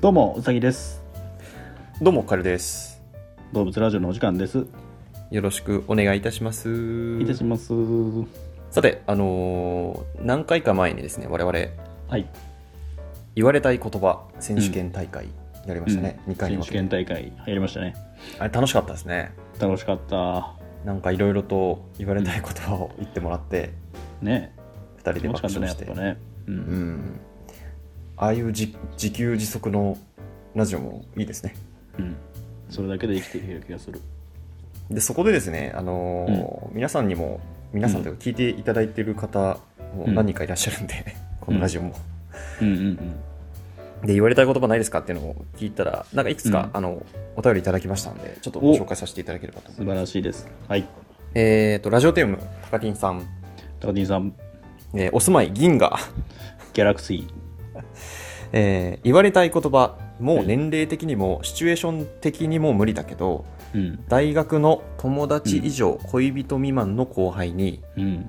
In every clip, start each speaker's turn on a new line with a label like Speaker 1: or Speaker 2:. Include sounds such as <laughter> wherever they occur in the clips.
Speaker 1: どうもうさぎです
Speaker 2: どうもカルです
Speaker 1: 動物ラジオのお時間です
Speaker 2: よろしくお願いいたします
Speaker 1: いたします
Speaker 2: さてあのー何回か前にですね我々
Speaker 1: はい
Speaker 2: 言われたい言葉選手権大会やりましたね、2回に
Speaker 1: 選
Speaker 2: 分
Speaker 1: 手
Speaker 2: けて
Speaker 1: 権大会やりましたね
Speaker 2: あれ楽しかったですね
Speaker 1: 楽しかった
Speaker 2: なんかいろいろと言われたい言葉を言ってもらって、
Speaker 1: ね
Speaker 2: 二2人で
Speaker 1: 楽
Speaker 2: 爆
Speaker 1: しかったねや
Speaker 2: 笑し、
Speaker 1: ってぱねう
Speaker 2: うんんああいう自自給自足のラジオもいいですね
Speaker 1: うんそれだけで生きていける気がする
Speaker 2: でそこでですね、あのー皆さんにも皆さんというか聞いていただいている方も
Speaker 1: うん
Speaker 2: 何人かいらっしゃるんで、このラジオも、
Speaker 1: うんうんうん
Speaker 2: で言われたい言葉ないですかっていうのを聞いたらなんかいくつか、
Speaker 1: うん
Speaker 2: あのお便りいただきましたのでちょっとご紹介させていただければと思
Speaker 1: 素
Speaker 2: い
Speaker 1: 晴
Speaker 2: ます
Speaker 1: らしいですはい
Speaker 2: えー、とラジオテームタカティンさん、
Speaker 1: 高ンさん
Speaker 2: えーお住まい銀河、 <laughs>
Speaker 1: ギャラクシー
Speaker 2: えー言われたい言葉もう年齢的にもシチュエーション的にも無理だけど
Speaker 1: うん
Speaker 2: 大学の友達以上恋人未満の後輩に、
Speaker 1: うん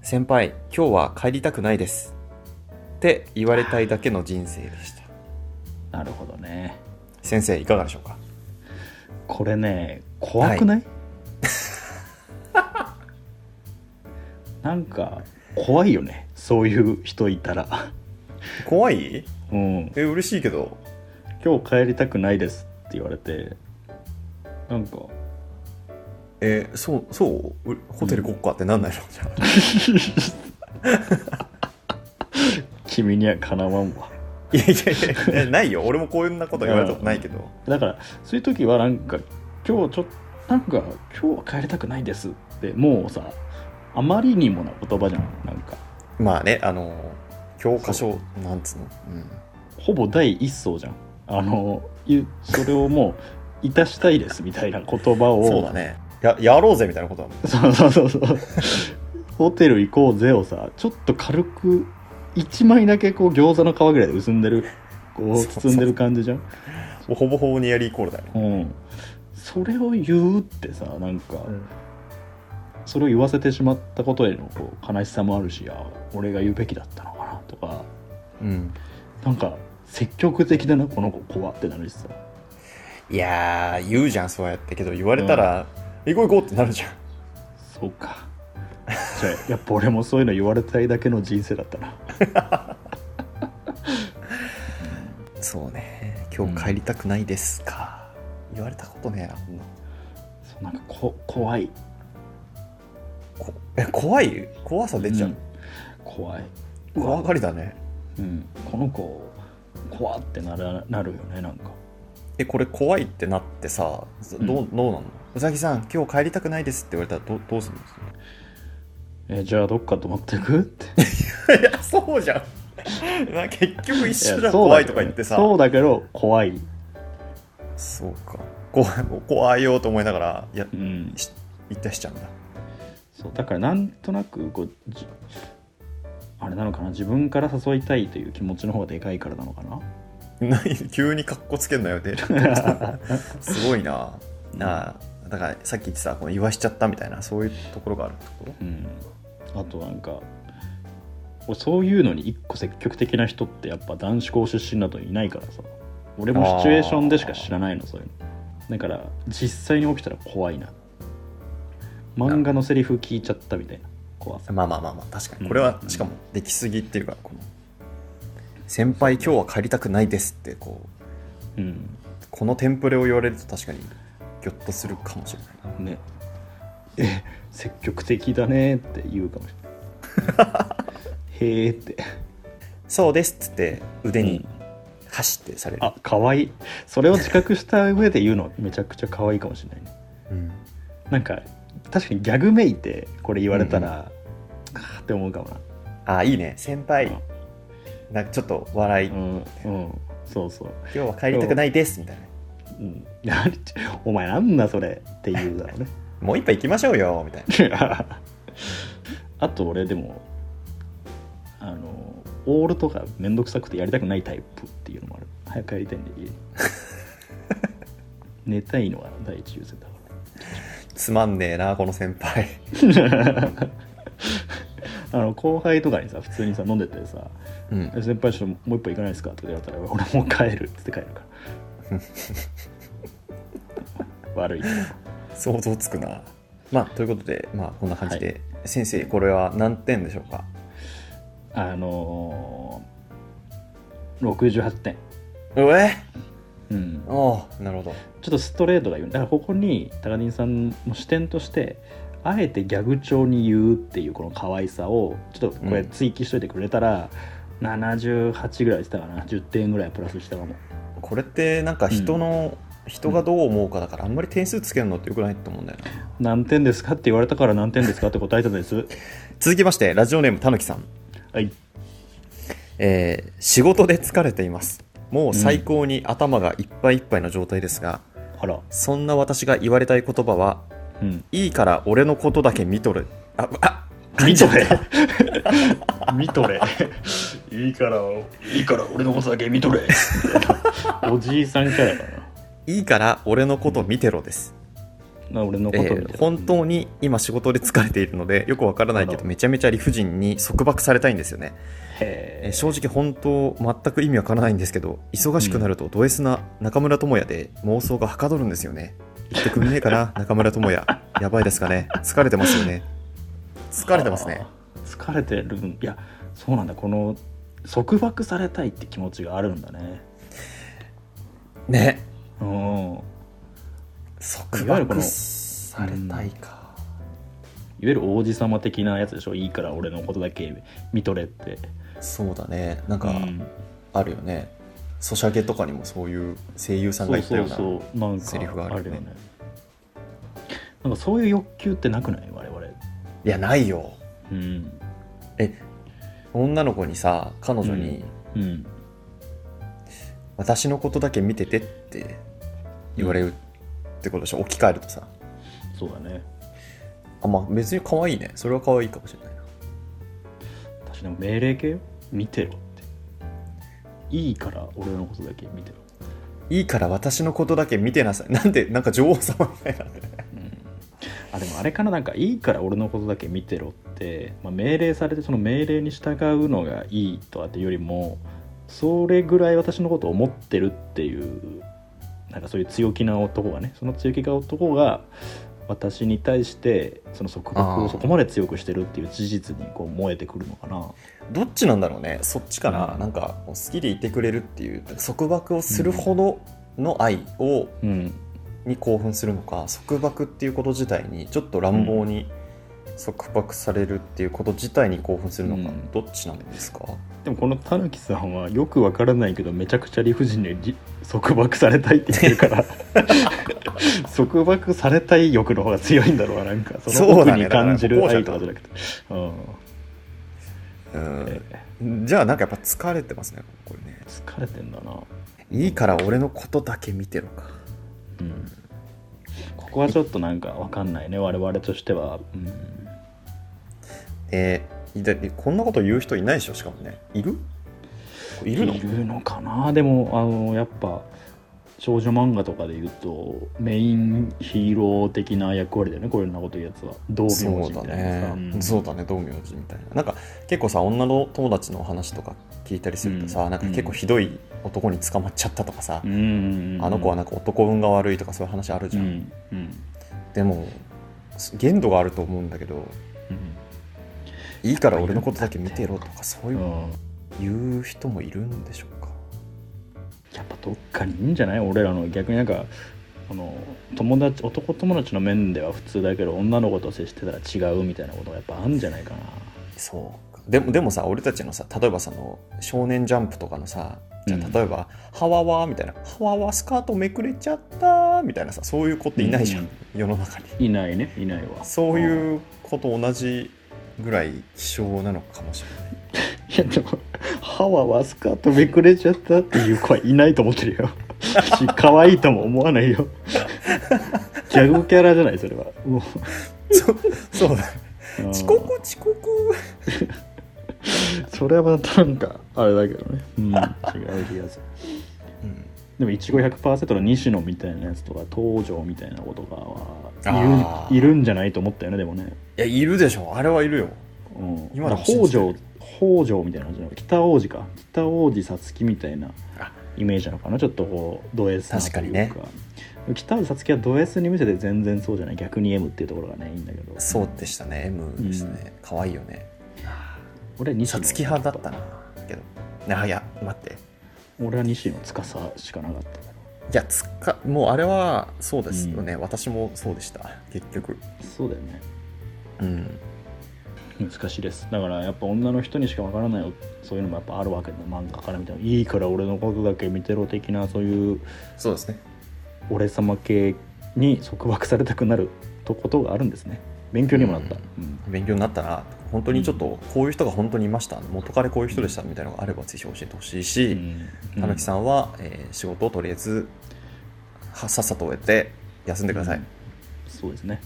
Speaker 2: 先輩今日は帰りたくないですって言われたいだけの人生でした
Speaker 1: なるほどね
Speaker 2: 先生いかがでしょうか
Speaker 1: これね怖くない、 <laughs> なんか怖いよねそういう人いたら
Speaker 2: 怖い
Speaker 1: うん
Speaker 2: え嬉しいけど
Speaker 1: 今日帰りたくないですって言われてなんか
Speaker 2: えそうそううホテル国家ってなんないの、じゃあ
Speaker 1: 君にはかなわんわ
Speaker 2: いやいやい <laughs> やえないよ俺もこんなこと言われたことないけど
Speaker 1: だからそういう時はなんか今日ちょっなんか今日は帰りたくないですってもうさあまりにもな言葉じゃんなんか
Speaker 2: まあねあの教科書なんつうの、
Speaker 1: ほぼ第一層じゃんあのゆそれをもういたしたいですみたいな言葉を
Speaker 2: うん、そうだねややろうぜみたいなことだもん
Speaker 1: そうそうそうそうホテル行こうぜをさちょっと軽く1枚だけこう餃子の皮ぐらいで結んでるこう
Speaker 2: そうそう
Speaker 1: 包んでる感じじゃん
Speaker 2: ほぼほぼニアリーイコールだよね、
Speaker 1: うんそれを言うってさなんか、それを言わせてしまったことへのこう悲しさもあるしあ俺が言うべきだったのかなとか
Speaker 2: うん
Speaker 1: なんか積極的だなこの子怖ってなるしさ
Speaker 2: いやー言うじゃんそうやってけど言われたら、行こう行こうってなるじゃん
Speaker 1: そうかじゃ
Speaker 2: <laughs>
Speaker 1: あやっぱ俺もそういうの言われたいだけの人生だったな
Speaker 2: そうね今日帰りたくないですか、言われたことねえなこんな
Speaker 1: そうなんかこ怖い
Speaker 2: こえ怖い怖さ出ちゃう、
Speaker 1: ん怖い
Speaker 2: 怖がりだね
Speaker 1: うん、この子怖ってならなるよねなんか
Speaker 2: えこれ怖いってなってさどう,、どうなのうさぎさん今日帰りたくないですって言われたらどうどうするんです
Speaker 1: えじゃあどっか泊まってくって
Speaker 2: <laughs> いやそうじゃん <laughs> な結局一緒じゃん
Speaker 1: そう
Speaker 2: 怖
Speaker 1: だ
Speaker 2: い
Speaker 1: け
Speaker 2: と
Speaker 1: ど
Speaker 2: か言ってさ
Speaker 1: そうだけど怖い、
Speaker 2: そうか怖い怖いよと思いながらいや
Speaker 1: うん、
Speaker 2: し言ったしちゃうんだ
Speaker 1: そうだからなんとなくこうじあれなのかな自分から誘いたいという気持ちの方がでかいからなのかな
Speaker 2: <laughs> 何急に格好つけんのよって <laughs> すごいななあだからさっき言ってたこの言わしちゃったみたいなそういうところがあるってこと
Speaker 1: うんあとなんか俺そういうのに一個積極的な人ってやっぱ男子校出身だといないからさ俺もシチュエーションでしか知らないのそういうのだから実際に起きたら怖いな漫画のセリフ聞いちゃったみたいな怖さ
Speaker 2: まあまあまあまあ確か
Speaker 1: うん
Speaker 2: にこれは
Speaker 1: うん
Speaker 2: しかもできすぎっていうかこの先輩今日は帰りたくないですってこう
Speaker 1: うん
Speaker 2: このテンプレを言われると確かにギョッとするかもしれないな
Speaker 1: ねえ積極的だねって言うかもしれない <laughs> へえって
Speaker 2: そうですっつって腕
Speaker 1: う
Speaker 2: に
Speaker 1: ん
Speaker 2: 走ってされる、
Speaker 1: あ可愛いそれを自覚した上で言うのめちゃくちゃ可愛いかもしれないね
Speaker 2: うん
Speaker 1: なんか確かにギャグめいてこれ言われたら、あーって思うかもな、
Speaker 2: あいいね先輩なんかちょっと笑い、
Speaker 1: う
Speaker 2: 今
Speaker 1: んうんそうそう、
Speaker 2: 日は帰りたくないですみたいな
Speaker 1: うん、 <laughs> なんてお前なんだそれって言うだろうね
Speaker 2: もう一杯行きましょうよみたいな
Speaker 1: <laughs> あと俺でもあのオールとかめんどくさくてやりたくないタイプっていうのもある早く帰りたいんで家に寝たいのは第一優先だから
Speaker 2: つまんねえなこの先輩
Speaker 1: あの後輩とかにさ普通にさ飲んでてさ
Speaker 2: うん
Speaker 1: え先輩ちょっともう一杯行かないですか?」って言われたら「俺もう帰る」って帰るから悪いけど
Speaker 2: 想像つくなまあということでまあこんな感じで、先生これは何点でしょうか
Speaker 1: あのー、68点
Speaker 2: うえ
Speaker 1: うん
Speaker 2: おうなるほど
Speaker 1: ちょっとストレートだよねだからここに高人さんの視点としてあえてギャグ調に言うっていうこの可愛さをちょっとこれ追記しといてくれたら、78ぐらいしたかな10点ぐらいプラスしたかも
Speaker 2: これってなんか人の、人がどう思うかだからあんまり点数つけるのってよくないと思うんだよな
Speaker 1: 何点ですかって言われたから何点ですかって答えたんです <laughs>
Speaker 2: 続きましてラジオネームたぬきさん、
Speaker 1: はい
Speaker 2: えー仕事で疲れていますもう最高に頭がいっぱいいっぱいの状態ですが、
Speaker 1: あら
Speaker 2: そんな私が言われたい言葉は
Speaker 1: うん
Speaker 2: いいから俺のことだけ見とるああ
Speaker 1: 見とれ見とれ <laughs> いいからいいから俺のことだけ見とれ <laughs> おじいさんキャラだ
Speaker 2: いいから俺のこと見てろです、
Speaker 1: なな俺のこ
Speaker 2: え
Speaker 1: と見てる、
Speaker 2: ー本当に今仕事で疲れているのでよくわからないけ
Speaker 1: あ
Speaker 2: ど
Speaker 1: ら
Speaker 2: めちゃめちゃ理不尽に束縛されたいんですよねえー
Speaker 1: へ
Speaker 2: 正直本当全く意味わからないんですけど忙しくなるとド S な中村智也で妄想がはかどるんですよね言ってくんねえ
Speaker 1: <laughs>
Speaker 2: かな中村智也やばいですかね疲れてますよね疲れてますね
Speaker 1: あー疲れてるんいやそうなんだこの束縛されたいって気持ちがあるんだね
Speaker 2: ね
Speaker 1: うん
Speaker 2: 束
Speaker 1: いわゆるこの
Speaker 2: 縛されたいか、
Speaker 1: いわゆる王子様的なやつでしょいいから俺のことだけ見とれって
Speaker 2: そうだねなんか
Speaker 1: うん
Speaker 2: あるよね、ソシャゲとかにもそういう声優さん
Speaker 1: そ
Speaker 2: が
Speaker 1: う
Speaker 2: 言った
Speaker 1: そ
Speaker 2: よう
Speaker 1: う
Speaker 2: な
Speaker 1: そうなんか
Speaker 2: セリフがあるよね
Speaker 1: なんかそういう欲求ってなくない我々
Speaker 2: いやないよ
Speaker 1: うん
Speaker 2: え女の子にさ彼女に、
Speaker 1: うん
Speaker 2: 私のことだけ見ててって言われるってことでしょ置き換えるとさ
Speaker 1: そうだね
Speaker 2: あまあ別に可愛いねそれは可愛いかもしれないな
Speaker 1: 私でも命令系よ見てろっていいから俺のことだけ見てろ
Speaker 2: いいから私のことだけ見てなさいなんでなんか女王様みたいな
Speaker 1: あでもあれかななんかいいから俺のことだけ見てろって、まあ、命令されてその命令に従うのがいいとはっていうよりもそれぐらい私のことを思ってるっていうなんかそういう強気な男がねその強気な男が私に対してその束縛
Speaker 2: あ
Speaker 1: を
Speaker 2: ー
Speaker 1: そこまで強くしてるっていう事実にこう燃えてくるのかな
Speaker 2: どっちなんだろうねそっちかな、
Speaker 1: うん
Speaker 2: なんか好きでいてくれるっていう束縛をするほどの愛を、
Speaker 1: うん
Speaker 2: に興奮するのか束縛っていうこと自体にちょっと乱暴に束縛されるっていうこと自体に興奮するのか、
Speaker 1: うん
Speaker 2: どっちなんですか
Speaker 1: でもこのたぬきさんはよくわからないけどめちゃくちゃ理不尽にじ束縛されたいって言ってるから束縛されたい欲の方が強いんだろうななんかその
Speaker 2: そう
Speaker 1: 奥
Speaker 2: だね
Speaker 1: に感じ
Speaker 2: だ
Speaker 1: る
Speaker 2: から
Speaker 1: 愛とかじゃなくてうん
Speaker 2: うん
Speaker 1: え
Speaker 2: じゃあなんかやっぱ疲れてますねこれね
Speaker 1: ー疲れてんだな、
Speaker 2: いいから俺のことだけ見てろか
Speaker 1: うん、ここはちょっとなんかわかんないね我々としては、うん、
Speaker 2: えー、だってこんなこと言う人いないでしょしかもねいるいるの
Speaker 1: いるのかなでもあのやっぱ少女漫画とかで言うとメインヒーロー的な役割だよねこんなこと言うやつは同名字み
Speaker 2: そう
Speaker 1: た
Speaker 2: だ
Speaker 1: いなやつは
Speaker 2: ね、
Speaker 1: ん
Speaker 2: そうだね道明寺みたいななんか結構さ女の友達の話とか聞いたりするとさ、
Speaker 1: うん
Speaker 2: なんか結構ひどい男に捕まっちゃったとかさ、
Speaker 1: あ
Speaker 2: あの子はなんか男運が悪いとかそういう話あるじゃん、
Speaker 1: うんうん
Speaker 2: でも限度があると思うんだけどいいから俺のことだけ見てろとかそう
Speaker 1: う
Speaker 2: い
Speaker 1: ん
Speaker 2: う
Speaker 1: うん
Speaker 2: 言う人もいるんでしょうか
Speaker 1: やっぱどっかにいいんじゃない俺らの逆になんかこの友達男友達の面では普通だけど女の子と接してたら違うみたいなことがやっぱあるんじゃないかな
Speaker 2: そうかでもでもさ俺たちのさ例えばその「少年ジャンプ」とかのさじゃあ
Speaker 1: うん
Speaker 2: 例えば「ハワワ」みたいな「ハワワスカートめくれちゃった」みたいなさそういう子っていないじゃん、
Speaker 1: うん
Speaker 2: 世の中に
Speaker 1: いないねいないわ
Speaker 2: そう
Speaker 1: うん
Speaker 2: いう子と同じぐらい希少なのかもし
Speaker 1: <laughs>
Speaker 2: れ
Speaker 1: い
Speaker 2: ない
Speaker 1: やでも歯はわスカートめくれちゃったっていう子はいないと思ってる
Speaker 2: <laughs>
Speaker 1: よし可愛いとも思わないよギャグキャラじゃない
Speaker 2: <laughs>
Speaker 1: それはも
Speaker 2: そうそうだ
Speaker 1: ううん
Speaker 2: 遅刻遅刻
Speaker 1: それはまたなんかあれだけどね、うん、違う気がする
Speaker 2: うん
Speaker 1: でもいちご100%の西野みたいなやつとか東條みたいなことかは
Speaker 2: あー
Speaker 1: いるいるんじゃないと思ったよねでもね、
Speaker 2: いやいるでしょあれはいるよ
Speaker 1: うん、今
Speaker 2: 今で
Speaker 1: だ
Speaker 2: も
Speaker 1: 北条北条みたいな感じなの北王子か北王子さつきみたいな
Speaker 2: あ
Speaker 1: イメージなのかなちょっとこうド S なという
Speaker 2: 確かにね
Speaker 1: 北王子さつきはド S に見せて全然そうじゃない逆に M っていうところがねいいんだけど
Speaker 2: そうでしたね M ですね、可愛いよね
Speaker 1: 俺は西
Speaker 2: さ
Speaker 1: 野
Speaker 2: つき派だったなけどあいや待って
Speaker 1: 俺は西野司しかなかった
Speaker 2: いやつかもうあれはそうですよね、私もそうでした結局
Speaker 1: そうだよね
Speaker 2: うん
Speaker 1: 難しいですだからやっぱ女の人にしかわからないそういうのもやっぱあるわけだ漫画から見たらいいから俺のことだけ見てろ的なそういう
Speaker 2: そうですね
Speaker 1: 俺様系に束縛されたくなるとことがあるんですね勉強にもなった、うん
Speaker 2: 勉強になったな本当にちょっとこういう人が本当にいました元彼こういう人でしたみたいなのがあればぜひ教えてほしいし、たぬきさ
Speaker 1: ん
Speaker 2: んは、えー仕事をとりあえずはさっさと終えて休んでください、
Speaker 1: そうですね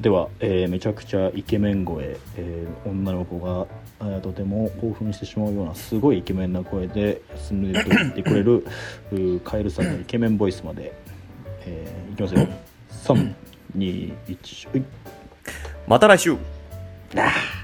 Speaker 1: では、えーめちゃくちゃイケメン声、えー女の子があーとても興奮してしまうようなすごいイケメンな声で休んでてくれるうーカエルさんのイケメンボイスまで、えーいきますよ321はい
Speaker 2: また来週
Speaker 1: あー